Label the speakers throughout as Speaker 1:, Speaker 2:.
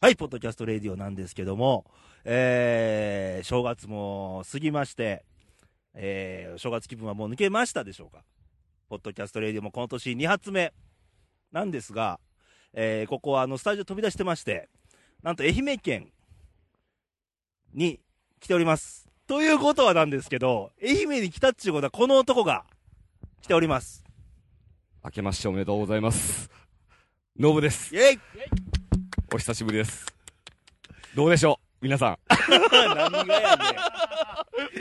Speaker 1: はい、ポッドキャストレディオなんですけども、えー、正月も過ぎまして、えー、正月気分はもう抜けましたでしょうか。ポッドキャストレディオもこの年2発目なんですが、えー、ここはあの、スタジオ飛び出してまして、なんと愛媛県に来ております。ということはなんですけど、愛媛に来たっちゅうことはこの男が来ております。
Speaker 2: 明けましておめでとうございます。ノブです。
Speaker 1: イェイ
Speaker 2: お久しぶりです。どうでしょう皆さん。
Speaker 1: 何がや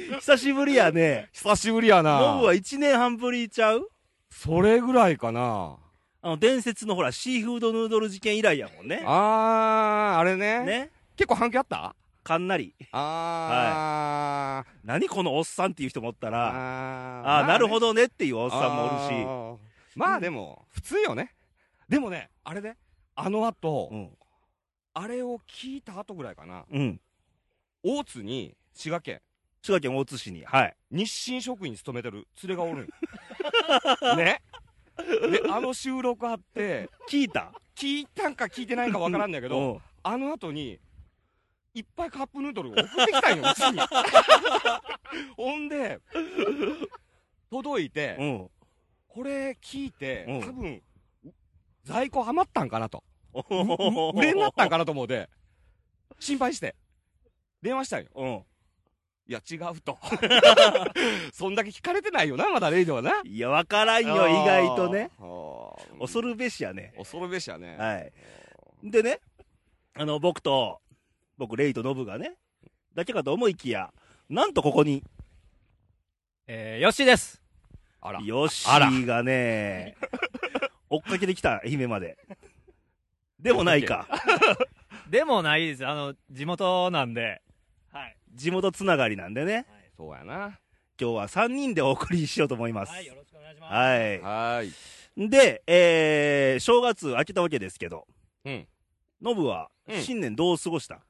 Speaker 1: ねん久しぶりやね。
Speaker 2: 久しぶりやな。
Speaker 1: ノブは1年半ぶりちゃう
Speaker 2: それぐらいかな。
Speaker 1: あの、伝説のほら、シーフードヌードル事件以来やもんね。
Speaker 2: あー、あれね。
Speaker 1: ね。
Speaker 2: 結構反響あった
Speaker 1: かんなり。
Speaker 2: あー。
Speaker 1: 何このおっさんっていう人もおったら、
Speaker 2: あ
Speaker 1: ああ、なるほ
Speaker 2: ど。
Speaker 1: どねっていうお
Speaker 2: お
Speaker 1: っさんもおるし。
Speaker 2: し。まあでも、普通よね。でもね、あれで、あの後、
Speaker 1: うん。
Speaker 2: あれを聞いた後ぐらいかな。
Speaker 1: うん。
Speaker 2: 大津に、滋賀県、
Speaker 1: 滋賀県大津市に。はい。
Speaker 2: 日清職員に勤めてる連れがおるん よねであの収録あって
Speaker 1: 聞いた
Speaker 2: 聞いたんか聞いてないんかわからんだけ
Speaker 1: け
Speaker 2: ど、あの後にいっぱいカップヌードルを送ってきたん ようちにほんで届いて、
Speaker 1: うん。うん
Speaker 2: これ聞いて、
Speaker 1: うん
Speaker 2: 多分在庫余ったんかなと
Speaker 1: お
Speaker 2: う
Speaker 1: ー。
Speaker 2: う売れになったんかなと思うで心配して電話したんよ
Speaker 1: うん。
Speaker 2: いや違う とそんだけ聞かれてないよなまだレイドはない
Speaker 1: や、わからんよ、意外とね。
Speaker 2: あー。
Speaker 1: 恐るべしやね。
Speaker 2: 恐るべしやね。
Speaker 1: はい。でね、あの、僕と、僕、レイとノブがね、だけかと思いきや、なんとここに、
Speaker 3: えー、よしです。
Speaker 2: あら。
Speaker 1: ヨッシーがね、追っかけてきた、愛媛まで。でもないか。
Speaker 3: でもないです。あの、地元なんで。はい。
Speaker 1: 地元つながりなんでね、
Speaker 2: そうやな。
Speaker 1: 今日は3人でお送りしようと思います。
Speaker 3: はい、よろしくお願いします。い。
Speaker 1: はい。
Speaker 2: はーい。
Speaker 1: で、えー、正月明けたわけですけど、
Speaker 2: うん。
Speaker 1: ノブは
Speaker 2: うん
Speaker 1: 新年どう過ごした、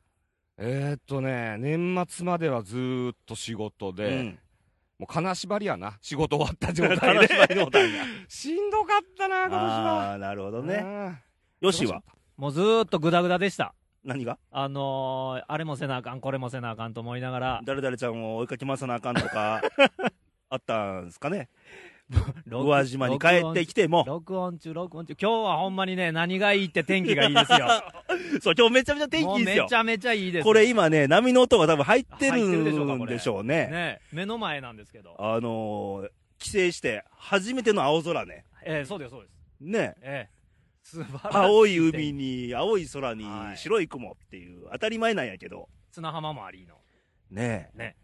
Speaker 2: えー、っとね、年末まではずーっと仕事
Speaker 1: う
Speaker 2: で、もう金縛りやな。仕事終わった状態
Speaker 1: 金
Speaker 2: で。
Speaker 1: 縛りの歌や
Speaker 2: しんどかったな、今年は。
Speaker 1: あー、なるほどね。
Speaker 2: ね。
Speaker 1: ヨシは
Speaker 3: もうずーっとグダグダでした。
Speaker 1: 何が
Speaker 3: あのー、あれもせなあかん、これもせなあかんと思いながら、
Speaker 1: 誰々ちゃんを追いかけ回さなあかんと か、あったんすかね宇
Speaker 3: 録
Speaker 1: 和島に帰ってきても、
Speaker 3: 録音中、録音中。今日はほんまにね、何がいいって天気がいいですよ。
Speaker 1: そう、今日めちゃめちゃ 天
Speaker 3: も
Speaker 1: 気
Speaker 3: う
Speaker 1: いいですよ
Speaker 3: めち。ゃめちゃいいです。
Speaker 1: これ今ね、波の音が多分入ってる
Speaker 3: 入ってるでしょうか
Speaker 1: ん
Speaker 3: これ
Speaker 1: でしょうね。
Speaker 3: ね、目の前なんですけど。
Speaker 1: あのー、帰省して初めての青空ね。
Speaker 3: えー、そうです、そうです。
Speaker 1: ね。
Speaker 3: えー、素晴らしい。
Speaker 1: 青い海。に、青い空に
Speaker 3: は、い
Speaker 1: 白い雲っていう、当たり前なんやけど。
Speaker 3: 砂浜もありの。
Speaker 1: ねえ。
Speaker 3: ね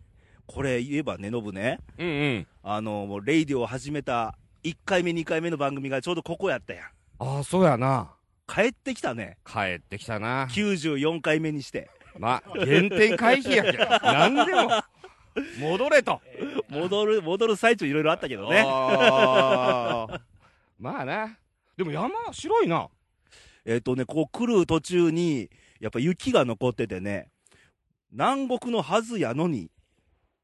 Speaker 1: これ言えばね、ノブね、
Speaker 2: うんうん。
Speaker 1: あのー、もうレイディオを始めた1回目、2回目の番組がちょうどここやったやん。
Speaker 2: ああ、そうやな。
Speaker 1: 帰ってきたね。
Speaker 2: 帰ってきたな。
Speaker 1: 94回目にして。
Speaker 2: まあ、原点回避や けど。なんでも、戻れと。
Speaker 1: 戻る、戻る最中いろいろあったけどね。
Speaker 2: あー まあな。でも山、白いな。
Speaker 1: えっ、とね、こう来る途中に、やっぱ雪が残っててね、南国のはずやのに、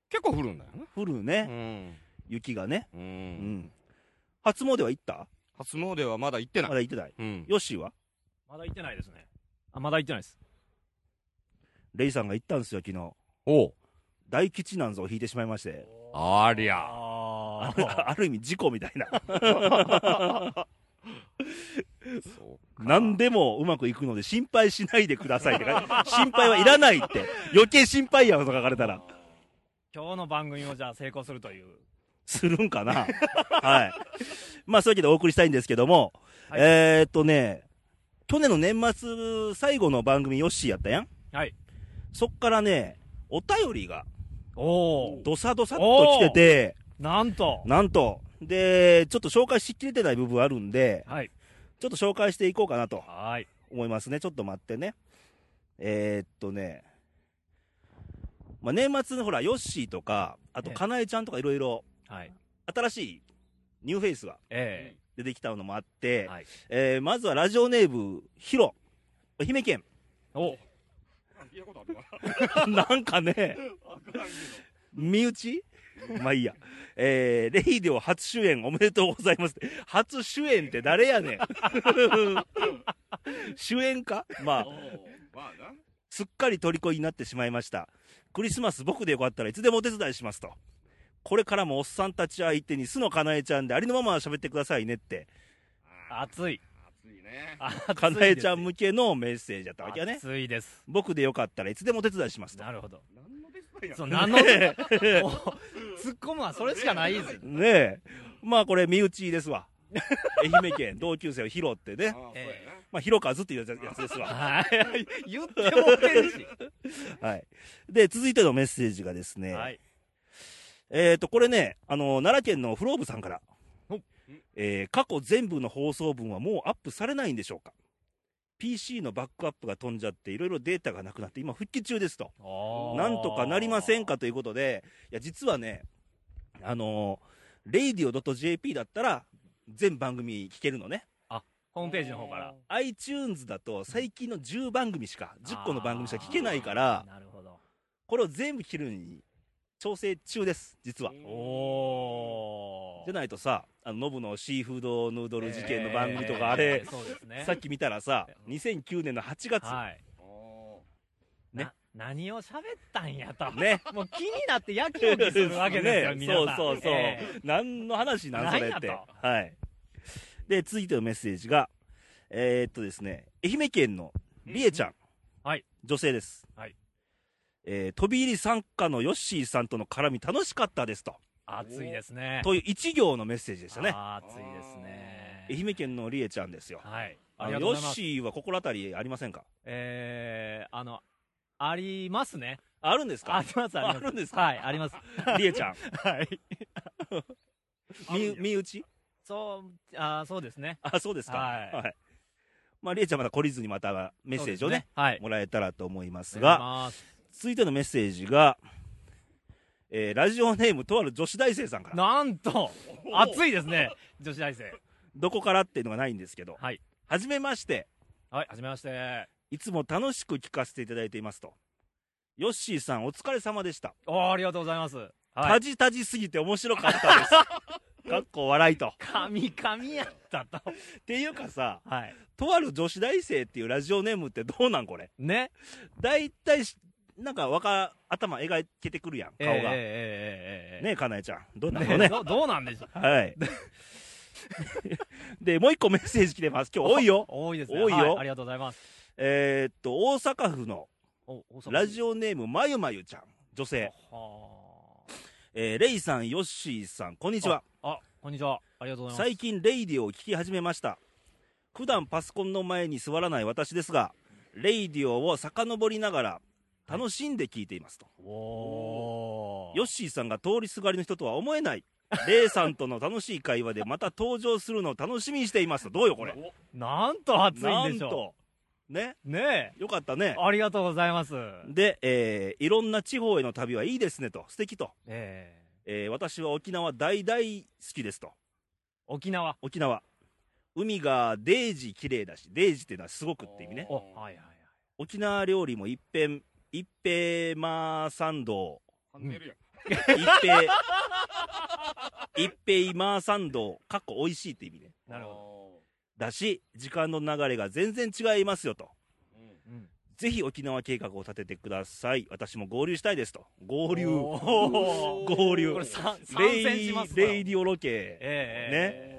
Speaker 2: 結構降るんだよね。
Speaker 1: 降る
Speaker 2: う
Speaker 1: ね、
Speaker 2: ん。
Speaker 1: 雪がね。
Speaker 2: う。
Speaker 1: うんん。初詣は行った
Speaker 2: 初詣はまだ行ってな
Speaker 1: ま
Speaker 2: い。
Speaker 1: だ行ってない。
Speaker 2: うん。
Speaker 1: ヨッシーは
Speaker 3: まだ行ってないですね。あ、まだ行ってないです。
Speaker 1: レイさんが行ったんですよ、昨日。
Speaker 2: おう。
Speaker 1: 大吉なんぞを引いてしまいまして。
Speaker 2: ありゃ。
Speaker 3: あ
Speaker 1: あある意味事故みたいな。
Speaker 2: そうか
Speaker 1: 何でもうまくいくので心配しないでくださいって書いて心配はいらないって。余計心配やんと書かれたら。
Speaker 3: 今日の番組もじゃあ成功するという。
Speaker 1: するんかな はい。まあそういうわけでお送りしたいんですけども。
Speaker 3: はい
Speaker 1: えー、っとね、去年の年末最後の番組ヨッシーやったやん
Speaker 3: はい。
Speaker 1: そっからね、お便りが
Speaker 3: おお。
Speaker 1: ドサドサっと来てて、
Speaker 3: なんと。
Speaker 1: なんと。で、ちょっと紹介しきれてない部分あるんで、
Speaker 3: はい。
Speaker 1: ちょっと紹介していこうかなと
Speaker 3: はい。
Speaker 1: 思いますね。ちょっと待ってね。えー、っとね。まあ、年末のほら、ヨッシーとか、あと、
Speaker 3: ええ
Speaker 1: かなえちゃんとかいろいろ、
Speaker 3: はい。
Speaker 1: 新しいニューフェイスが
Speaker 3: え
Speaker 1: 出てきたのもあっ
Speaker 3: え
Speaker 1: て、
Speaker 3: はい。
Speaker 1: えーまずはラジオネーム、ヒロ。愛媛県。
Speaker 3: お
Speaker 1: なんかね、身内まあいいや。えー、レイディオ初主演おめでとうございます。 初主演って誰やねん。主演かまあ、
Speaker 2: まあな。
Speaker 1: すっかり虜になってしまいました。クリスマス僕でよかったらいつでもお手伝いしますと。これからもおっさんたち相手に、須野かなえちゃんでありのまま喋ってくださいねって、
Speaker 2: あ
Speaker 3: 熱い。
Speaker 2: 暑いね。
Speaker 1: かなえちゃん
Speaker 3: 無
Speaker 1: 向けのメッセージだったわけやね。
Speaker 3: 熱いです。
Speaker 1: 僕でよかったらいつでもお手伝いしますと。
Speaker 3: なるほど。
Speaker 2: 何のデスパイや
Speaker 3: そ
Speaker 2: ん
Speaker 3: う、何の、もう、突っ込むはそれしかないです。
Speaker 1: ねえ。まあこれ、身内です わ。愛媛県、同級生を拾ってね。
Speaker 2: ああそうやな
Speaker 1: まあ、ひろかずっていうやつですわ。
Speaker 3: はい。言ってもうてるし。
Speaker 1: はい。で、続いてのメッセージがですね、
Speaker 3: はい。
Speaker 1: えっ、と、これね、あの、奈良県のフローブさんから
Speaker 3: お、
Speaker 1: えー過去全部の放送分はもうアップされないんでしょうか ?PC のバックアップが飛んじゃって、いろいろデータがなくなって、今復帰中ですと。なんとかなりませんかということで、いや、実はね、あのー、radio.jp だったら、全番組聞けるのね。
Speaker 3: ホームページの方から。
Speaker 1: iTunes だと最近の10番組しか、10個の番組しか聞けないから
Speaker 3: あー、なるほど。
Speaker 1: これを全部聞けるように調整中です、実は。
Speaker 3: おー。
Speaker 1: じゃないとさ、あの、ノブのシーフードヌードル事件の番組と
Speaker 3: えー
Speaker 1: か、あれ、
Speaker 3: そうですね。
Speaker 1: さっき見たらさ
Speaker 3: え、
Speaker 1: 2009年の8月、
Speaker 3: はい。
Speaker 2: お
Speaker 1: ね
Speaker 3: な何を喋ったんやと。
Speaker 1: ね。
Speaker 3: もう気になってやきもきするわけですよ、
Speaker 1: ね
Speaker 3: 皆さん。
Speaker 1: そうそうそう
Speaker 3: ええ
Speaker 1: 何の話なんそれっ
Speaker 3: 何
Speaker 1: て。
Speaker 3: や
Speaker 1: はい。で、続いてのメッセージが、えー、っとですね、愛媛県のりえちゃん。
Speaker 3: はい。
Speaker 1: 女性です。
Speaker 3: はい。
Speaker 1: えー、飛び入り参加のヨッシーさんとの絡み楽しかったですと。
Speaker 3: 暑いですね。
Speaker 1: という一行のメッセージでしたね。
Speaker 3: あー暑いですね。
Speaker 1: 愛媛県のりえちゃんですよ。
Speaker 3: はい。
Speaker 1: あ
Speaker 3: あり
Speaker 1: の
Speaker 3: がと
Speaker 1: ヨッ
Speaker 3: うございます。
Speaker 1: シーは心当たりありませんか
Speaker 3: えー、あの、ありますね。
Speaker 1: あるんです
Speaker 3: あ
Speaker 1: か
Speaker 3: ります、あります。
Speaker 1: あるんですか
Speaker 3: はい、あります。
Speaker 1: りえちゃん。
Speaker 3: はい。
Speaker 1: み、身内
Speaker 3: そう、あーそうですね。
Speaker 1: あ、そうですか。
Speaker 3: はい
Speaker 1: まあ、りえちゃんまだ懲りずにまたメッセージをね、
Speaker 3: そうですね。
Speaker 1: もらえたらと思いま
Speaker 3: は
Speaker 1: す
Speaker 3: い。
Speaker 1: が、
Speaker 3: お願いし
Speaker 1: 続いてのメッセージが、えーラジオネームとある女子大生さんか
Speaker 3: ます
Speaker 1: ら。
Speaker 3: なんと、暑いですね。女子大生。
Speaker 1: どこからっていうのがないんですけど。
Speaker 3: はい。
Speaker 1: はじめまして。
Speaker 3: はい、はじめまして。
Speaker 1: いつも楽しく聞かせていただいていますと。ヨッシーさんお疲れ様でした。
Speaker 3: おー、ありがとうございます。は
Speaker 1: タ
Speaker 3: い。
Speaker 1: ジタジすぎて面白かった です。かっこ笑いと。っ
Speaker 3: 神々やったと。
Speaker 1: ていうかさ、
Speaker 3: はい。
Speaker 1: とある女子大生っていうラジオネームってどうなんこれ。
Speaker 3: ね。
Speaker 1: 大体し、なんか若、頭描けてくるやん、顔が。
Speaker 3: えーえーえーえー
Speaker 1: ねえ、かなえちゃん。どう なの
Speaker 3: ね
Speaker 1: ね。
Speaker 3: どどうなんでしょ う
Speaker 1: はい。で、もう一個メッセージ来てます。今日多いよ。
Speaker 3: 多いですね。
Speaker 1: 多いよ
Speaker 3: はありがとうございます。
Speaker 1: えーっと、大阪府の
Speaker 3: おお
Speaker 1: ラジ
Speaker 3: オ
Speaker 1: オネーム、まゆまゆちゃん。女
Speaker 3: で
Speaker 1: 性。。
Speaker 3: は
Speaker 1: えーレイさん、ヨッシーさん、こんにちは。
Speaker 3: ああ、こんにちは。ありがとうございます。
Speaker 1: 最近、レイディオを聞き始めました。普段パソコンの前に座らない私ですが、レイディオを遡りながら、楽しんで聞いていますと。
Speaker 3: おー。
Speaker 1: ヨッシーさんが通りすがりの人とは思えない。レイさんとの楽しい会話でまた登場するのを楽しみにしていますと。どうよ、これ。
Speaker 3: なんと暑
Speaker 1: ない
Speaker 3: ん
Speaker 1: ん
Speaker 3: でしょ
Speaker 1: と。ね。
Speaker 3: う。ね
Speaker 1: よかったね
Speaker 3: え。。ありがとうございます。
Speaker 1: で、えーいろんな地方への旅はいいですねと、素敵と。
Speaker 3: ええ
Speaker 1: えー私は沖縄大大好きですと。
Speaker 3: 沖縄。
Speaker 1: 沖縄。海がデージー綺麗だし、デージーっていうのはすごくって意味ね。
Speaker 3: お、はいはいはい。
Speaker 1: 沖縄料理も一平、一平マーサンド、
Speaker 2: 噛んでるやん。
Speaker 1: 一平、一平マーサンド、かっこ美味しいって意味ね。
Speaker 3: なるほ
Speaker 1: だし、時間の流れが全然違いますよと。
Speaker 2: ど。うん
Speaker 3: ど。うん。
Speaker 1: ぜひ沖縄計画を立ててください。私も合流したいですと。合流。
Speaker 3: おー
Speaker 1: 合流
Speaker 3: これ参参
Speaker 1: レイ
Speaker 3: 戦しますわ
Speaker 1: レイディオロケ。
Speaker 3: ええ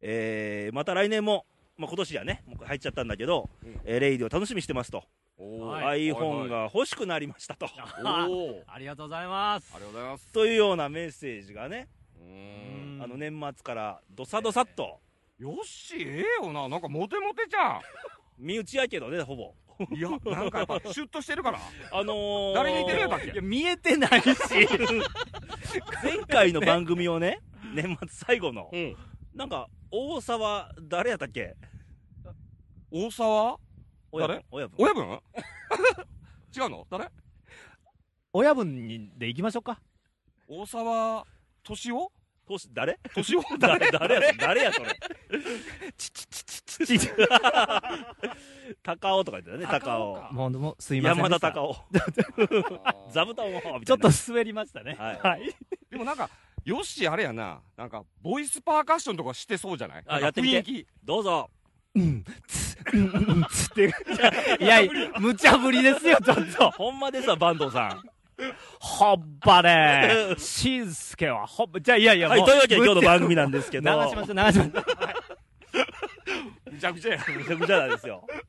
Speaker 1: えーまた来年も、まあ、今年やね、もう入っちゃったんだけど、
Speaker 2: うん
Speaker 1: えーレイディを楽しみにしてますと、
Speaker 2: お
Speaker 3: は
Speaker 1: iPhone が欲しくなりましたと、
Speaker 2: おー
Speaker 3: あ
Speaker 2: おー
Speaker 3: ありがとうございます
Speaker 2: ありがとうございます。
Speaker 1: というようなメッセージがね、
Speaker 2: う
Speaker 3: うん
Speaker 2: ん。
Speaker 1: あの年末からどさどさっと、
Speaker 2: よっし、ええよな。なんかモテモテじゃ
Speaker 1: 身内やけどね、ほぼ。
Speaker 2: ん。いや、なんかやっぱシュッとしてるから。
Speaker 1: あのー、
Speaker 2: 誰に似てるやったっけ
Speaker 3: いや見え てないし
Speaker 1: 前回の番組を ね、年末最後の、
Speaker 2: ん。
Speaker 1: なんか、大沢、誰やったっけ
Speaker 2: 大沢
Speaker 1: 親分
Speaker 2: 誰
Speaker 1: 親分。
Speaker 2: 親分 違うの誰
Speaker 3: 親分にで行きましょうか
Speaker 2: 大沢敏夫
Speaker 1: とし 誰
Speaker 2: 敏夫
Speaker 1: 誰
Speaker 2: 誰
Speaker 1: 誰や、誰や、それ。
Speaker 3: ちちちちちち
Speaker 1: 高尾とか言ってたね、高尾。
Speaker 2: か
Speaker 3: もうもうすいません
Speaker 1: 山田
Speaker 3: でした
Speaker 1: 高尾。座布団を、みたいな。
Speaker 3: ちょっと滑りましたね
Speaker 1: はい
Speaker 2: でもなんか、よっしーあれやな、なんか、ボイスパーカッションとかしてそうじゃない
Speaker 1: あやってみて
Speaker 2: なんか雰囲気。
Speaker 1: どうぞ。
Speaker 3: つって、いや、いや無茶ぶりですよ、ちょっと。
Speaker 1: ほんまですわ、坂東さん。
Speaker 3: ほっばれ、しんすけはほっば、じゃあ、いやいや、
Speaker 1: はい、
Speaker 3: もう
Speaker 1: というわけで今日の番組なんですけ
Speaker 3: 流
Speaker 1: ど。
Speaker 3: しましょう、流しましょう。
Speaker 2: むちゃくちゃや。
Speaker 1: ぐちゃぐちゃなんですよ。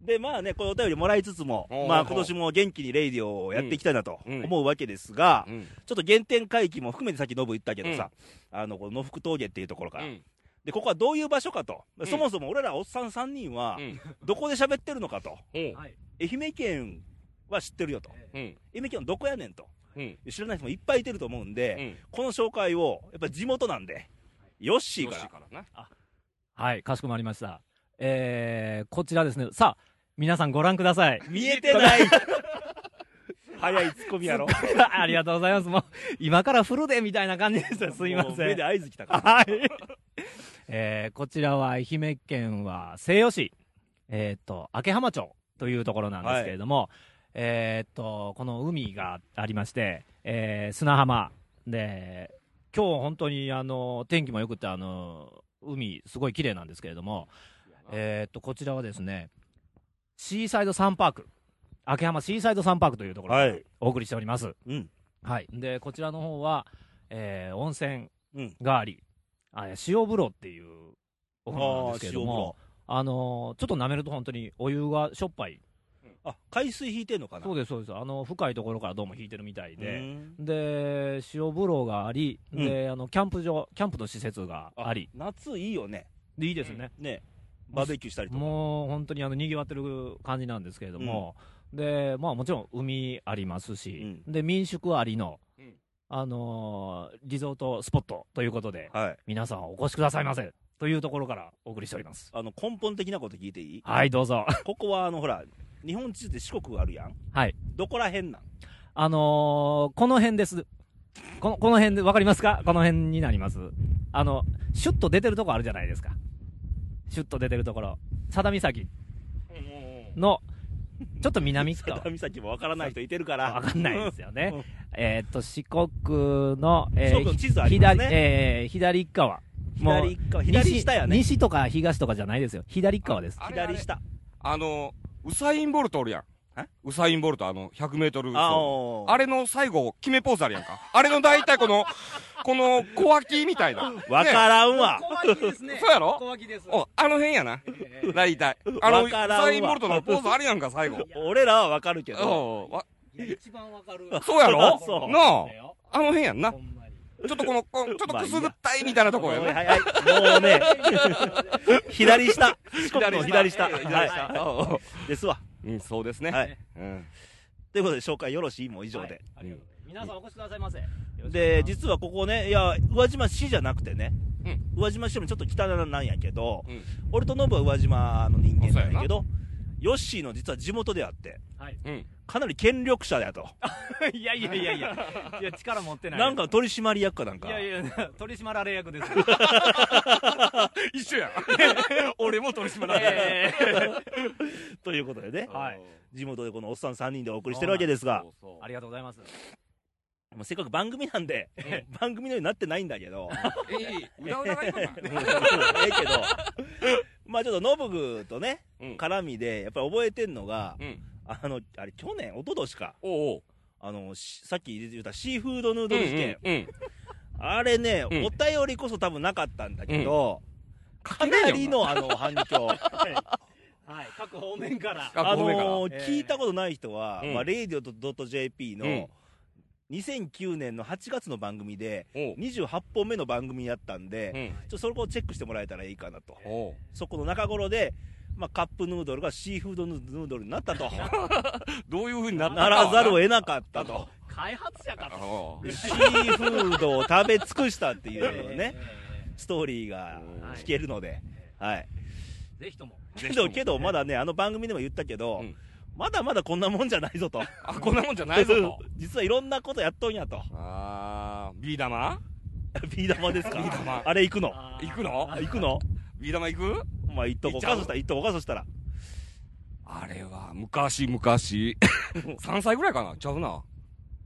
Speaker 1: で、まあね、これお便りもらいつつも
Speaker 2: お、う
Speaker 1: ま
Speaker 2: お
Speaker 1: あ
Speaker 2: う
Speaker 1: 今年も元気にレイディオをやっていきたいなと
Speaker 2: うん
Speaker 1: 思うわけですが、
Speaker 2: うん。
Speaker 1: ちょっと原点回帰も含めてさっきノブ言ったけどさ、あの、この野福峠っていうところから、で、ここはどういう場所かと、
Speaker 2: ん
Speaker 1: そもそも俺らおっさん3人は
Speaker 2: う、ん。
Speaker 1: どこで喋ってるのかと、
Speaker 2: うん。
Speaker 1: 愛媛県は知ってるよと、
Speaker 2: うん。
Speaker 1: 愛媛県のどこやねんと、
Speaker 2: うん。
Speaker 1: 知らない人もいっぱいいてると思うんで、
Speaker 2: うん。
Speaker 1: この紹介を、やっぱり地元なんで、ヨッシーから、
Speaker 2: からな。
Speaker 3: はい、かしこまりました。えー、こちらですね。さあ、皆さんご覧ください。
Speaker 1: 見えてない 早いツッコミやろ。
Speaker 3: ありがとうございます。もう、今からフルでみたいな感じでした。すいま
Speaker 1: もう
Speaker 3: せ
Speaker 1: 目
Speaker 3: ん
Speaker 1: で。合図来たから。
Speaker 3: はい。えー、こちらは愛媛県は西予市、えっ、と、明浜町というところなんですけれども、えっ、と、この海がありまして、えー砂浜で、今日本当にあの、天気も良くて、あの、海すごい綺麗なんですけれども、えっ、と、こちらはですね、シーサイドサンパーク、明浜シーサイドサンパークというところ、
Speaker 1: はい。
Speaker 3: お送りしております。
Speaker 1: うん。
Speaker 3: はい。で、こちらの方は、えー温泉
Speaker 1: うん。
Speaker 3: があり、あ塩風呂っていうお風呂なんですけれども、あのーちょっと舐めると本当にお湯がしょっぱい、
Speaker 1: あ、海水引いてんのかな
Speaker 3: そううです、そうです、あの深いところからどうも引いてるみたいで、
Speaker 1: ん
Speaker 3: で塩風呂があり、であのキャンプ場、キャンプの施設があり、
Speaker 1: 夏いいよね。
Speaker 3: でいいですね、
Speaker 1: ね。バーベキューしたりとか。
Speaker 3: もう本当にあの賑わってる感じなんですけれども、でまあ、もちろん海ありますし、で民宿ありの、
Speaker 2: うん
Speaker 3: あのーリゾートスポットということで、
Speaker 1: はい。
Speaker 3: 皆さんお越しくださいませというところからお送りしております。
Speaker 1: あの、根本的なこと聞いていい
Speaker 3: はい、どうぞ。
Speaker 1: ここは、あの、ほら、日本地図で四国があるやん。
Speaker 3: はい。
Speaker 1: どこら辺なん
Speaker 3: あのーこの辺です。この、この辺で、わかりますかこの辺になります。あの、シュッと出てるとこあるじゃないですか。シュッと出てるところ。佐田岬の、ちょっと南っ
Speaker 1: 佐
Speaker 3: か
Speaker 1: 田。岬もわからない人いてるから。
Speaker 3: わかんないですよね
Speaker 1: うん。
Speaker 3: えーっと、四国の、えー
Speaker 1: 四国の地図あります
Speaker 3: 左
Speaker 1: ね、
Speaker 3: えー左側。もう
Speaker 1: 左側、左下やね。
Speaker 3: 西。西とか東とかじゃないですよ。左側です。
Speaker 2: あれ
Speaker 1: 左下。
Speaker 2: あの、ウサイン・ボルトおるやん
Speaker 1: え。
Speaker 2: ウサイン・ボルト、あの、100メートル。
Speaker 1: あおー
Speaker 2: あれの最後、決めポーズあるやんか。あれの大体この、この、小脇みたいな。
Speaker 1: わからんわ。
Speaker 3: 小脇ですね
Speaker 2: そうやろ
Speaker 3: 小脇です
Speaker 2: お、あの辺やな。 大体。あの、
Speaker 1: わ
Speaker 2: ウ
Speaker 1: からんわ
Speaker 2: サイン・ボルトのポーズあるやんか、最後。
Speaker 1: 俺らはわかるけど。
Speaker 2: おうわ
Speaker 3: 一番わかる。
Speaker 2: そうやろ
Speaker 1: そう
Speaker 2: なあ、あの辺やんな。ち
Speaker 3: ほんまに。
Speaker 2: ょっとこの、こうちょっとくすぐったいみたいなとこや
Speaker 1: はい
Speaker 2: な。
Speaker 1: はいはい。もう ね、左下。四国の左下。
Speaker 2: ええ
Speaker 1: は
Speaker 2: 左
Speaker 1: い
Speaker 2: 下
Speaker 1: は
Speaker 2: おうおう
Speaker 1: い。ですわ。
Speaker 2: うん、そうですね。
Speaker 1: はい。
Speaker 2: うん。
Speaker 1: ということで、紹介よろしいもう以上
Speaker 3: はい
Speaker 1: で。
Speaker 3: ありがとうございます皆さんお越しくださいませ。
Speaker 1: で、実はここね、いや、宇和島市じゃなくてね、
Speaker 2: うん
Speaker 1: 宇和島市よりもちょっと北なんやけど、
Speaker 2: うん
Speaker 1: 俺とノブは宇和島の人間なんや
Speaker 2: あそう
Speaker 1: け
Speaker 2: や
Speaker 1: ど、ヨッシーの実は地元であって、
Speaker 3: はい。
Speaker 2: うん。
Speaker 1: かなり権力者だよと。
Speaker 3: いやいやいやいや、いや力持ってない。
Speaker 1: なんか、取締役かなん
Speaker 3: い
Speaker 1: か。
Speaker 3: やいや、取締られ役です。
Speaker 2: 一緒や。 俺も取り締まられ
Speaker 3: えー
Speaker 1: ということでね
Speaker 2: て、
Speaker 3: はい
Speaker 1: 地元でこのおっさん3人でお送りしてるわけですが、
Speaker 2: そうそう
Speaker 3: ありがとうございます。
Speaker 1: もうせっかく番組なんで、番組のようになってないんだけど、
Speaker 2: えい、裏裏がいいかな。
Speaker 1: ええけど、まあちょっとノブグとね、
Speaker 2: うん
Speaker 1: 絡みで、やっぱり覚えてんのが、
Speaker 2: うん。
Speaker 1: あの、あれ、去年、一昨年か、
Speaker 2: おうおう。
Speaker 1: あの、しさっき言ったシーフードヌードル事件、
Speaker 2: うんうん。
Speaker 1: あれね、
Speaker 2: うん
Speaker 1: お便りこそ多分なかったんだけど、かなりのあの反響。
Speaker 3: はい。各方面か ら。
Speaker 2: あ
Speaker 1: あ
Speaker 2: ごめんかな
Speaker 1: のー
Speaker 3: えー
Speaker 1: 聞いたことない人は、
Speaker 2: うん
Speaker 1: まあ、radio.jp
Speaker 2: う
Speaker 1: の2009年の8月の番組で、
Speaker 2: おう。
Speaker 1: 28本目の番組やったんで、ち
Speaker 2: うん。
Speaker 1: ょっとそこをチェックしてもらえたらいいかなと。
Speaker 2: おう。
Speaker 1: そこの中頃で、まあ、カップヌードルがシーフードヌードルになったと。
Speaker 2: どういう風になった
Speaker 1: な
Speaker 2: かは
Speaker 1: らざるを得なかったと。
Speaker 3: 開発者から。
Speaker 2: おう
Speaker 1: シーフードを食べ尽くしたっていうね、
Speaker 3: え
Speaker 1: ストーリーが聞けるので、はい。
Speaker 3: ー。ぜひとも。
Speaker 1: けど、けど、まだね、あの番組でも言ったけど、
Speaker 2: うん
Speaker 1: まだまだこんなもんじゃないぞと。
Speaker 2: あ、こんなもんじゃないぞと。
Speaker 1: 実はいろんなことやっとんやと。
Speaker 2: あー、ビー玉
Speaker 1: ビー玉ですか
Speaker 2: ビー玉
Speaker 1: あれ行くの
Speaker 2: 行くの
Speaker 1: 行くの
Speaker 2: ビー玉行く
Speaker 1: まあ、行っとこ
Speaker 2: 行っ
Speaker 1: う
Speaker 2: ちゃ
Speaker 1: か
Speaker 2: う
Speaker 1: そしたら、行っとこうかそしたら。
Speaker 2: あれは、昔昔。3歳ぐらいかなちゃうな。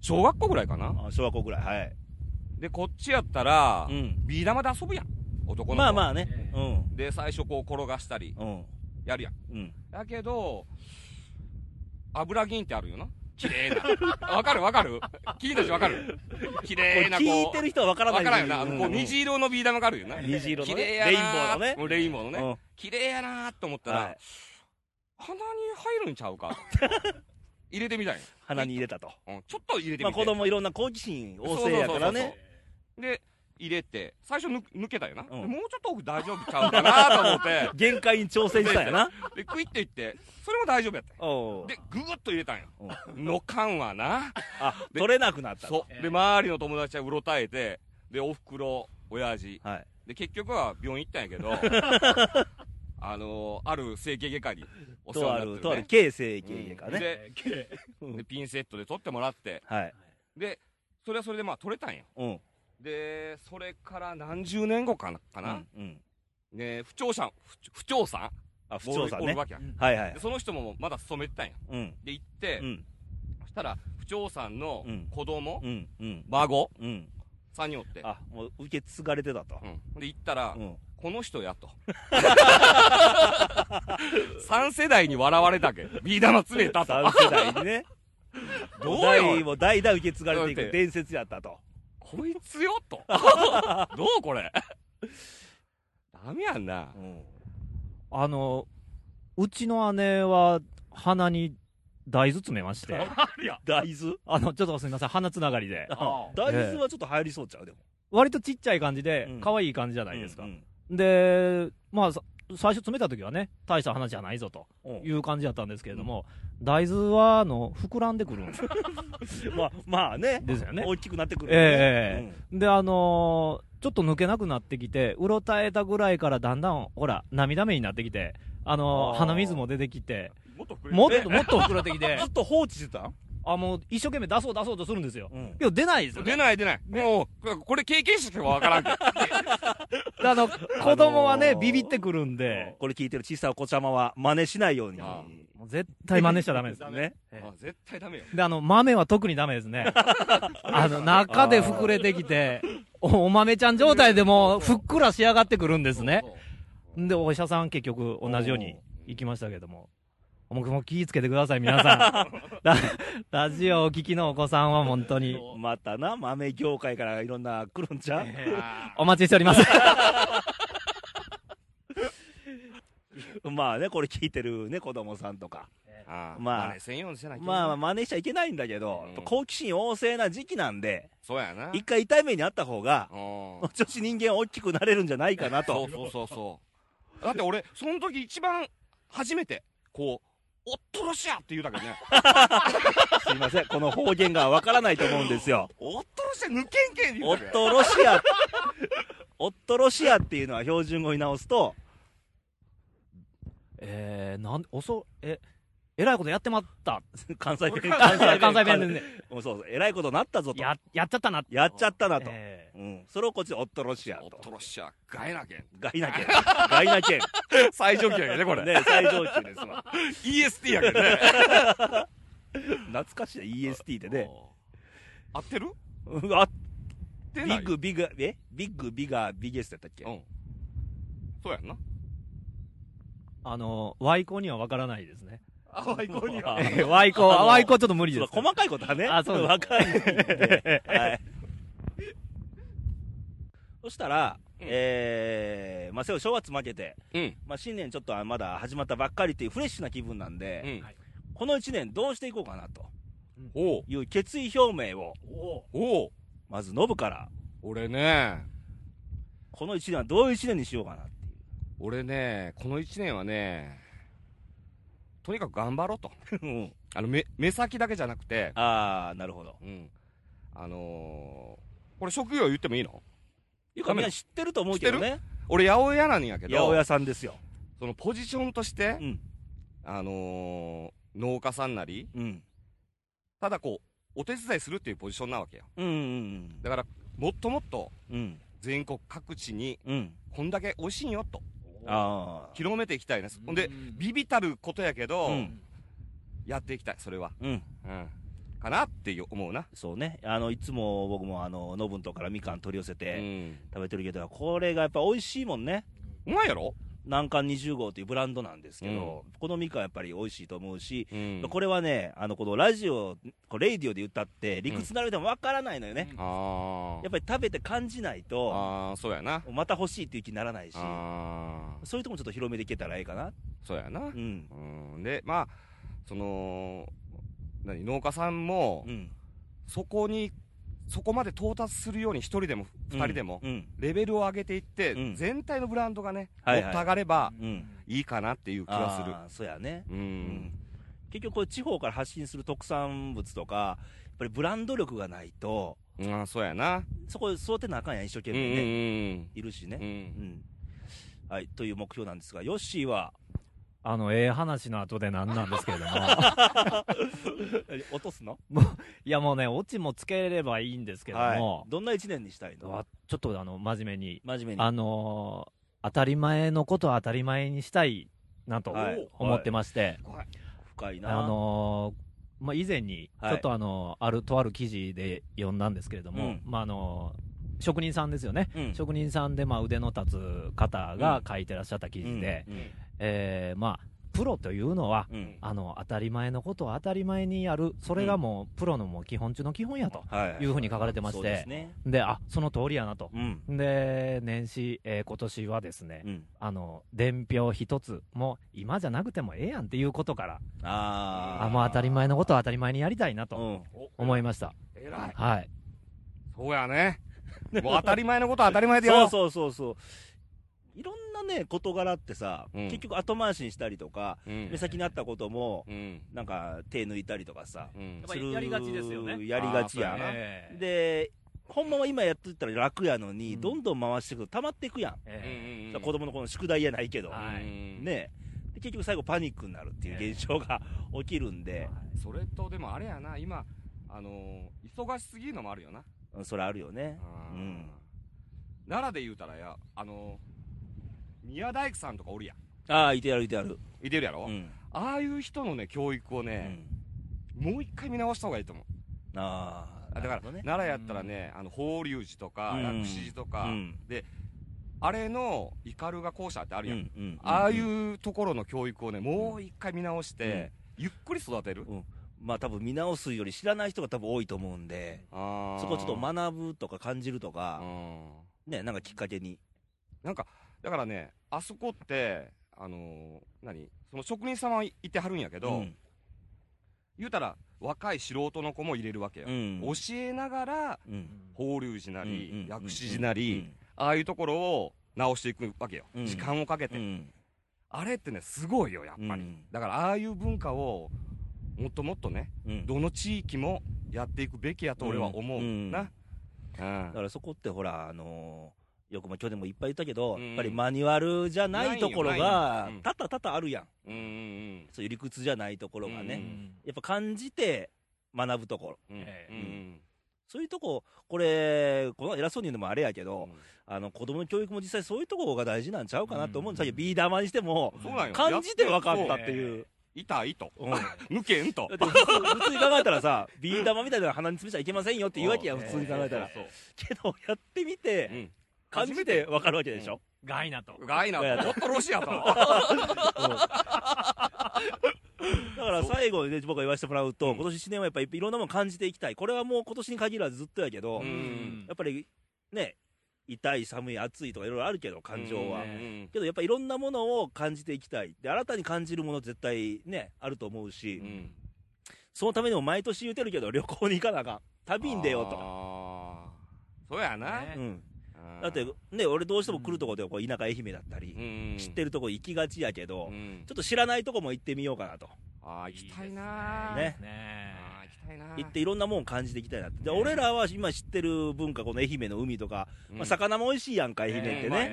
Speaker 2: 小学校ぐらいかな
Speaker 1: あ小学校ぐらい、はい。
Speaker 2: で、こっちやったら
Speaker 1: う、ん。
Speaker 2: ビー玉で遊ぶやん。男の子
Speaker 1: まあまあね。
Speaker 3: え
Speaker 1: うん。
Speaker 2: で最初こう転がしたり
Speaker 1: うん。
Speaker 2: やるやん
Speaker 1: うん。
Speaker 2: だけど油銀ってあるよな綺麗 なわかるわかる聞いたしわかる綺麗なこう
Speaker 1: 聞いてる人は分からな
Speaker 2: わ
Speaker 1: い
Speaker 2: からんよな、あのこう
Speaker 1: うん
Speaker 2: 虹色のビー玉があるよな
Speaker 1: 虹色
Speaker 2: 綺
Speaker 1: のね。
Speaker 2: 麗
Speaker 1: レ
Speaker 2: やな
Speaker 1: インボーのね。
Speaker 2: もうレインボーのね、
Speaker 1: うん
Speaker 2: 綺麗やなーと思ったら、
Speaker 1: はい
Speaker 2: 鼻に入るんちゃ うか入れてみたい
Speaker 1: 鼻に入れたと。
Speaker 2: の、うん、ちょっと入れて
Speaker 1: まあ
Speaker 2: み
Speaker 1: 子
Speaker 2: て、
Speaker 1: 供いろんな好奇心旺盛やからね。
Speaker 2: で入れて最初抜抜けたよな、
Speaker 1: うん
Speaker 2: でもうちょっと奥大丈夫ちゃうかなと思って
Speaker 1: 限界に挑戦したんやな。
Speaker 2: でクイッといってそれも大丈夫やった
Speaker 1: おう
Speaker 2: でググッと入れたんよのかん はな
Speaker 1: あ、
Speaker 2: で
Speaker 1: 取れなくなったと。
Speaker 2: そうで周りの友達はうろたえてでおふくろ親父
Speaker 1: はい。
Speaker 2: で結局は病院行ったんや けどあのーある整形外科にお世
Speaker 1: と
Speaker 2: 話
Speaker 1: あ
Speaker 2: になっ
Speaker 1: る、
Speaker 2: て
Speaker 1: とあ
Speaker 2: る、
Speaker 1: る
Speaker 2: ね
Speaker 1: 形成形かね。
Speaker 2: で
Speaker 1: うん
Speaker 2: でピンセットで取ってもらって
Speaker 1: はい。
Speaker 2: でそれはそれでまあ取れたんよ
Speaker 1: うん。
Speaker 2: でそれから何十年後かなか
Speaker 1: う
Speaker 2: な、
Speaker 1: ん。うん。
Speaker 2: ね、不調さん、不不調さん
Speaker 1: あ、不調査
Speaker 2: おる
Speaker 1: ね。
Speaker 2: わけやん
Speaker 1: はいはい
Speaker 2: で。その人もまだ勤めてたんや。
Speaker 1: うん。
Speaker 2: で、行って、
Speaker 1: うん。
Speaker 2: そしたら、不調さんの
Speaker 1: うん
Speaker 2: 子供、
Speaker 1: うん。うん。
Speaker 2: 孫
Speaker 1: うん。
Speaker 2: さんにおって、
Speaker 1: あ、もう受け継がれてたと
Speaker 2: う。ん、で、行ったら、
Speaker 1: うん。
Speaker 2: この人やと。3世代に笑われたけ。ビー玉詰めたと。
Speaker 1: 3世代にね。
Speaker 2: どう
Speaker 1: 代
Speaker 2: よ
Speaker 1: も代々受け継がれてい
Speaker 2: だっ
Speaker 1: く
Speaker 2: て
Speaker 1: 伝説やったと。
Speaker 2: こいつよ と。どうこれ。ダメやんな
Speaker 1: う。ん。
Speaker 3: あの、うちの姉は鼻に大豆詰めまして、
Speaker 2: あるやん。
Speaker 1: 大豆
Speaker 3: あの、ちょっとすみません、鼻つながりで。
Speaker 1: あ
Speaker 2: あ
Speaker 1: 大豆はちょっと流行りそうちゃうでも。
Speaker 3: 割とちっちゃい感じで
Speaker 1: うん、
Speaker 3: 可愛い感じじゃないですか
Speaker 1: う。ん
Speaker 3: で、まあ、さ最初詰めた時はね、大した話じゃないぞと
Speaker 1: うん
Speaker 3: いう感じだったんですけれども、大豆は、あの、膨らんでくるんです
Speaker 1: まあ、まあね。
Speaker 3: です よね。
Speaker 1: 大きくなってくる、
Speaker 3: えで、あのーちょっと抜けなくなってきて、うろたえたぐらいからだんだん、ほら、涙目になってきて、あの
Speaker 1: あ
Speaker 3: ー
Speaker 1: ー
Speaker 3: 鼻水も出てきて、
Speaker 2: もっと膨れて
Speaker 3: もっと、もっと膨らんできて
Speaker 1: ず、っと放置してたん、
Speaker 3: あ、もう一生懸命出そう出そうとするんですよ。
Speaker 1: うん
Speaker 3: けど出ないですよ、ね。
Speaker 2: 出ない出ない。もう、これ経験者しかわからんけど。
Speaker 3: あの、子供はね、
Speaker 1: あのー
Speaker 3: ビビってくるんで、
Speaker 1: これ聞いてる小さいお子ちゃまは真似しない ように。
Speaker 2: あ
Speaker 3: もう絶対真似しちゃダメです。
Speaker 1: ね。
Speaker 3: ええ
Speaker 2: あ絶対ダメよ。
Speaker 3: で、あの、豆は特にダメです ね。あの、中で膨れてきて、おお豆ちゃん状態でもうふっくら仕上がってくるんですね
Speaker 2: そ。うそう。
Speaker 3: で、お医者さん結局同じように行きましたけども。僕もう気ぃつけてください、皆さ ん。ララジオをお聞きのお子さんは本当に
Speaker 1: またな、豆業界からいろんな来るんちゃう、
Speaker 2: あ
Speaker 3: お待ちしております。
Speaker 1: まあね、これ聞いてるね、子供さんとか。
Speaker 2: あ
Speaker 1: まあ
Speaker 2: まあ、専用じゃないけど
Speaker 1: まあまあ、真似しちゃいけないんだけど、
Speaker 2: うん
Speaker 1: やっぱ好奇心旺盛な時期なんで、
Speaker 2: そうやな。
Speaker 1: 一回痛い目にあった方が、
Speaker 2: うん
Speaker 1: 後々人間大きくなれるんじゃないかな と
Speaker 2: そう。そうそうそう。だって俺、その時一番初めて、こう、おっとろしやって言うたけど ね。
Speaker 1: すいません、この方言がわからないと思うんです よ。
Speaker 2: おっとろしや抜けんけんって言
Speaker 1: オ
Speaker 2: うたけ
Speaker 1: ッ
Speaker 2: ど。
Speaker 1: トロシア、オットロシアっていうのは標準語に直すと、
Speaker 3: えー、なん、おそ、え、えらいことやってまった。
Speaker 1: 関西弁、
Speaker 3: 関西関西弁で
Speaker 1: ね。
Speaker 3: ね、
Speaker 1: もうそうそう、えらいことなったぞと。
Speaker 3: や、やっちゃったな。
Speaker 1: やっちゃったなと。
Speaker 3: えー
Speaker 1: うん。それをこっちでオットロシア
Speaker 2: おっ
Speaker 1: と
Speaker 2: と。ろしや、ガエなけん。
Speaker 1: ガイナ県。ガイナ県。
Speaker 2: 最上級やけどね、これ。
Speaker 1: ね、最上級ですわ。
Speaker 2: EST やけ どね。
Speaker 1: 懐かしいな EST でね。
Speaker 2: 合ってる
Speaker 1: うんあ、
Speaker 2: ビ
Speaker 1: ビッグ、ビッグ、えビッグ、ビガー、ビゲストやったっけ
Speaker 2: うん。そうやんな。
Speaker 3: あの、ワイコにはわからないですね。
Speaker 2: あわいこには。
Speaker 3: えーワイコ
Speaker 1: あ
Speaker 3: は、
Speaker 1: の
Speaker 3: ワイコはちょっと無理
Speaker 1: そ
Speaker 3: で
Speaker 1: う
Speaker 3: す。
Speaker 1: 細かいことはね。
Speaker 3: あそうです
Speaker 1: 若いんで。はい。そしたら、
Speaker 2: うん
Speaker 1: えー、まあ、せよ、正月負けて、
Speaker 2: うん。
Speaker 1: まあ、新年ちょっとあまだ始まったばっかりっていうフレッシュな気分なんで、
Speaker 2: うん。
Speaker 1: この1年どうしていこうかなと
Speaker 2: おう。
Speaker 1: いう決意表明を、
Speaker 2: おう。
Speaker 1: まずノブから、
Speaker 2: 俺ね、
Speaker 1: この1年はどういう1年にしようかなっていう。
Speaker 2: 俺ね、この一年はね、とにかく頑張ろうと。
Speaker 1: うん
Speaker 2: あの、目、目先だけじゃなくて、
Speaker 1: あー、なるほど。
Speaker 2: うん。あのー、これ職業言ってもいいの
Speaker 1: いうかみんな知ってると思うけどね。
Speaker 2: 俺、八百屋なんやけ
Speaker 1: 八百
Speaker 2: ど
Speaker 1: 屋、さんですよ。
Speaker 2: そのポジションとして、
Speaker 1: うん
Speaker 2: あのー、農家さんなり、
Speaker 1: うん。
Speaker 2: ただこう、お手伝いするっていうポジションなわけよ。
Speaker 1: うんうん
Speaker 2: だから、もっともっと、
Speaker 1: うん。うん。
Speaker 2: 全国各地に、
Speaker 1: うん。
Speaker 2: こんだけ美味しいんよ、と。
Speaker 1: あー。
Speaker 2: 広めていきたいです。ほんで、ビビたることやけど、
Speaker 1: うん
Speaker 2: やっていきたい、それは。
Speaker 1: うん。
Speaker 2: うん。かなって思うな。
Speaker 1: そうね。あの、いつも僕もあの、ノブンとこからみかん取り寄せ
Speaker 2: う
Speaker 1: て
Speaker 2: ん。
Speaker 1: 食べてるけど、これがやっぱ美味しいもんね。
Speaker 2: うまいやろ
Speaker 1: 南韓20号というブランドなんですけど、このみかんやっぱり美味しいと思うし、
Speaker 2: うん
Speaker 1: これはね、あの、このラジオ、こうレイディオで言ったって、理屈並べてもわからないのよね。
Speaker 2: あ
Speaker 1: や
Speaker 2: ー
Speaker 1: っぱり食べて感じないと、
Speaker 2: あー、そうやな。
Speaker 1: また欲しいっていう気にならないし、
Speaker 2: ああ、
Speaker 1: そういうとこもちょっと広めていけたらいいかな。
Speaker 2: そうやな
Speaker 1: う。ん。
Speaker 2: うん。で、まあ、その、何、農家さんも
Speaker 1: う、ん。
Speaker 2: そこに、そこまで到達するように一人でも二人でも、
Speaker 1: うん。
Speaker 2: レベルを上げていって、
Speaker 1: うん
Speaker 2: 全体のブランドがね、
Speaker 1: はいはい
Speaker 2: もっと上がれば
Speaker 1: うん。
Speaker 2: いいかなっていう気がする。
Speaker 1: あーそうやね。
Speaker 2: うん。
Speaker 1: うん結局こう地方から発信する特産物とか、やっぱりブランド力がないと、
Speaker 2: うんあーそうやな。
Speaker 1: そこ育てなあかんやん、一生懸
Speaker 2: うん
Speaker 1: 命
Speaker 2: うん
Speaker 1: ね。
Speaker 2: うん
Speaker 1: いるし
Speaker 2: う。
Speaker 1: ね。うんん。はい、という目標なんですが、ヨッシーは、
Speaker 3: あの、ええ話の後で何なんですけれども。
Speaker 1: 落とすの
Speaker 3: いやもうね、オチもつければいいんですけども
Speaker 1: い。、どんな一年にしたいの
Speaker 3: わちょっとあの、真面目に、
Speaker 1: 真面目に。
Speaker 3: あのー当たり前のことは当たり前にしたいなと
Speaker 1: はい
Speaker 3: 思ってまして、
Speaker 2: 怖い
Speaker 1: 深いな。
Speaker 3: あのーまあ、以前に、ち
Speaker 1: は
Speaker 3: ょ
Speaker 1: い
Speaker 3: っとあのある、とある記事で読んだんですけれども、
Speaker 1: うん
Speaker 3: まああのー職人さんですよね。
Speaker 1: うん、
Speaker 3: 職人さんで、まあ、腕の立つ方が書いてらっしゃった記事で、
Speaker 1: うん
Speaker 3: えーまあ、プロというのは、
Speaker 1: うんうん
Speaker 3: あの、当たり前のことは当たり前にやる。それがもう、プロのもう基本中の基本やと。
Speaker 1: はい。
Speaker 3: いうふうに書かれてまして
Speaker 1: そうですね。
Speaker 3: で、あ、その通りやなと。
Speaker 1: うん。
Speaker 3: で、年始、えー今年はですね、
Speaker 1: うん。
Speaker 3: あの、伝票一つも、今じゃなくてもええやんっていうことから、
Speaker 1: あー
Speaker 3: あ、もう当たり前のことは当たり前にやりたいなと
Speaker 1: うん。
Speaker 3: 思いました。
Speaker 2: えらい。
Speaker 3: はい。
Speaker 2: そうやね。もう当たり前のことは当たり前でやろ。
Speaker 1: そううそうそうそう。いろんなね、事柄ってさ、
Speaker 2: うん
Speaker 1: 結局後回しにしたりとか、
Speaker 2: うん
Speaker 1: 目先にあったことも、
Speaker 2: うん。
Speaker 1: なんか手抜いたりとかさ、
Speaker 2: うん
Speaker 3: やっ。ぱりやりがちですよね
Speaker 1: するやりがちや
Speaker 2: あーそうや
Speaker 1: ん。
Speaker 2: ね
Speaker 3: えー
Speaker 1: で、ほんまは今やっといたら楽やのに、
Speaker 3: うん
Speaker 1: どんどん回していくと溜まっていくやん。
Speaker 2: うん
Speaker 3: え
Speaker 2: う
Speaker 1: だ
Speaker 2: ん
Speaker 1: から子供のこの宿題やないけど、
Speaker 3: ははい
Speaker 1: ねで結局最後パニックになるっていう現象が起きるんで、
Speaker 2: それとでもあれやな今あのー忙しすぎるのもあるよな
Speaker 1: うんそれあるよね。
Speaker 2: うん奈良で言うたらやあのー宮大工さんとかおるやん
Speaker 1: ああ、いてやるいてやる。
Speaker 2: いてるやろ、
Speaker 1: うん。
Speaker 2: ああいう人のね教育を
Speaker 1: う
Speaker 2: ね、
Speaker 1: ん
Speaker 2: もう一回見直した方がいいと思う
Speaker 1: ああ、
Speaker 2: だから、
Speaker 1: なるほどね。
Speaker 2: 奈良やったらね、あの法隆寺とか、
Speaker 1: うん
Speaker 2: 薬師寺とか、
Speaker 1: うん
Speaker 2: あれの斑が校舎ってあるやん、
Speaker 1: うんうん
Speaker 2: ああいうところの教育をねもう一回見直して、ゆっくり育てる、
Speaker 1: まあ多分見直すより知らない人が多分多いと思うんで、
Speaker 2: あー
Speaker 1: そこちょっと学ぶとか感じると
Speaker 2: う
Speaker 1: か、
Speaker 2: ん
Speaker 1: ね、なんかきっかけに。
Speaker 2: なんか、だからね、あそこって、あのー何その職人さんはいてはるんやけど、
Speaker 1: うん
Speaker 2: 言うたら、若い素人の子も入れるわけよ。
Speaker 1: うん
Speaker 2: 教えながら、
Speaker 1: うん
Speaker 2: 法隆寺なり、
Speaker 1: うんうん
Speaker 2: 薬師寺なり、ああいうところを直していくわけよ。
Speaker 1: うん
Speaker 2: 時間をかけ
Speaker 1: う
Speaker 2: て、
Speaker 1: んうん
Speaker 2: あれってね、すごいよ、やっぱり。
Speaker 1: うん
Speaker 2: だから、ああいう文化を、もっともっとね、
Speaker 1: うん
Speaker 2: どの地域もやっていくべきやと俺は思うな。うん
Speaker 1: だからそこってほら、あのーよくまあ去年もいっぱい言ったけど、
Speaker 2: うん
Speaker 1: やっぱりマニュアルじゃないところが
Speaker 2: ないよないようん、
Speaker 1: 多々多々あるやん。
Speaker 2: うんうん
Speaker 1: そういう理屈じゃないところが
Speaker 2: う
Speaker 1: ね。
Speaker 2: ん
Speaker 1: やっぱ感じて学ぶところ。
Speaker 2: うんうん
Speaker 3: ええ
Speaker 2: うん
Speaker 1: そういうとこ、これ、この偉そうに言うのもあれやけど、
Speaker 2: うん
Speaker 1: あの、子供の教育も実際そういうところが大事なんちゃうかなと思うんです
Speaker 3: うん
Speaker 1: よ。ビーダーマンにしても、
Speaker 2: そうなんよ。
Speaker 1: 感じて分かった
Speaker 2: や
Speaker 1: っ
Speaker 2: そう
Speaker 1: ていう。
Speaker 2: 痛いと。
Speaker 1: うん
Speaker 2: 抜けんと。
Speaker 1: だって普通普通に考えたらさ、ビー玉みたいなの鼻に詰めちゃいけませんよって言うわけやん、
Speaker 3: うん
Speaker 1: 普通に考えたら。
Speaker 2: そう
Speaker 1: けど、やってみて、
Speaker 2: ん。
Speaker 1: 感じてわかるわけでしょ。
Speaker 3: ガイナと。
Speaker 2: ガイナ
Speaker 1: ガイナと
Speaker 2: と、もっとロシアと。
Speaker 1: だから最後にね、僕が言わせてもらうと、
Speaker 2: うん
Speaker 1: 今年1年はやっぱりいろんなもの感じていきたい。これはもう今年に限らずずっとやけど、
Speaker 2: うん
Speaker 1: やっぱりね、痛い、寒い、暑いとかいろいろあるけど、感情は。
Speaker 2: うんうん
Speaker 1: けどやっぱいろんなものを感じていきたい。で、新たに感じるもの絶対ね、あると思うし、
Speaker 2: うん。
Speaker 1: そのためにも毎年言うてるけど、旅行に行かなあかん。旅に出ようとか。
Speaker 2: あーそうやな。
Speaker 3: ね
Speaker 1: うん。
Speaker 2: うん
Speaker 1: だって、ね、俺どうしても来るとこでこう田舎愛媛だったり、知って
Speaker 2: る。
Speaker 1: るとこ行きがちやけど、
Speaker 2: うん
Speaker 1: ちょっと知らないとこも行ってみようかなと。
Speaker 2: ああ、行きたい
Speaker 3: い
Speaker 2: な。
Speaker 3: いで
Speaker 1: ね
Speaker 3: すね。
Speaker 2: あー行きたいな。
Speaker 1: 行っていろんなもん感じていきたいなって。で、
Speaker 2: ね
Speaker 1: 俺らは今知ってる文化、この愛媛の海とか、
Speaker 2: うん、
Speaker 1: まあ、魚も美味しいやんか、愛媛っ
Speaker 2: う
Speaker 1: て
Speaker 2: んまあ
Speaker 1: ね。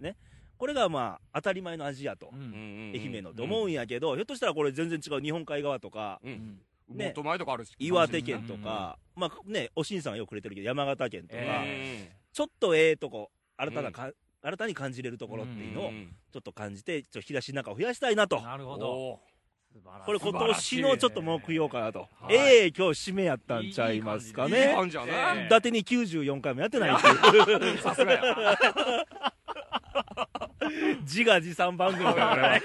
Speaker 2: な
Speaker 1: これがまあ、当たり前の味やと
Speaker 3: う。
Speaker 2: うん
Speaker 3: ん
Speaker 2: うんうん。
Speaker 1: 愛媛のって思うんやけど、ひょっとしたらこれ全然違う日本海側とか、
Speaker 2: うん。
Speaker 3: うん
Speaker 2: うん。
Speaker 1: ね
Speaker 2: もっと前とかあるし。
Speaker 1: 岩手県とか、まあね、おしんさんがよくくれてるけど、山形県とか、
Speaker 3: え
Speaker 1: ちょっとええとこ、新たなか、新たに感じれるところっていうのを
Speaker 2: ん
Speaker 1: ちょっと感じて、ちょっと引き出しの中を増やしたいなと
Speaker 3: なるほど。
Speaker 2: お
Speaker 3: 素晴らしい
Speaker 1: これ今年のちょっと目標かなと。
Speaker 3: はい
Speaker 1: ええ今日締めやったんちゃいますか
Speaker 2: いい
Speaker 1: ね。
Speaker 2: 感じやな、
Speaker 3: え
Speaker 1: 伊達に94回もやってないっていう。
Speaker 2: さすがや。
Speaker 1: 自画自賛番組だから。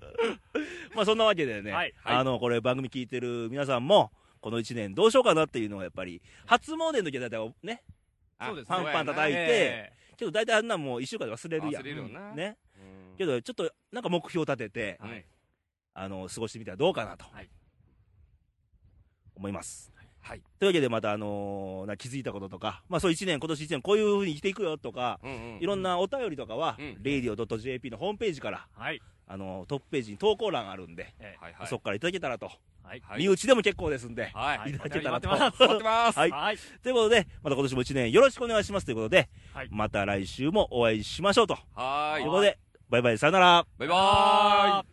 Speaker 1: まあそんなわけでね、
Speaker 3: はい
Speaker 1: あの、これ番組聞いてる皆さんも、この1年どうしようかなっていうのはやっぱり、初詣の時は大体おね、
Speaker 2: あ
Speaker 3: そうです
Speaker 1: パンパン叩いて
Speaker 3: え
Speaker 1: けど大体あんなんもう1週間で忘れるや。。
Speaker 2: 忘れるよなん
Speaker 1: ね。
Speaker 2: うん
Speaker 1: けどちょっとなんか目標立てて、
Speaker 3: えはい
Speaker 1: あの、過ごしてみたらどうかなと。
Speaker 3: はい
Speaker 1: 思います。
Speaker 2: はい。
Speaker 1: というわけでまたあのーな気づいたこととか、まあそう1年、今年1年こういう風に生きていくよとか、
Speaker 2: うんうん
Speaker 1: いろんなお便りとかは、
Speaker 2: うん
Speaker 1: radio.jp のホームページから、
Speaker 3: はい
Speaker 1: あのートップページに投稿欄あるんで、
Speaker 3: え
Speaker 2: はいはい。
Speaker 1: そこからいただけたらと、
Speaker 3: はい
Speaker 2: はい
Speaker 1: 身内でも結構ですんで、
Speaker 2: はい。
Speaker 1: い
Speaker 2: い
Speaker 1: ただけたらと
Speaker 3: 待って
Speaker 2: 待ってます。
Speaker 1: は
Speaker 3: はいいはい
Speaker 1: ということで、また今年も1年よろしくお願いしますということで、
Speaker 3: はい
Speaker 1: また来週もお会いしましょうと、
Speaker 2: は
Speaker 1: と
Speaker 2: ーい
Speaker 1: いう。ことで、バイバイ、さよなら。
Speaker 2: バイバーイ。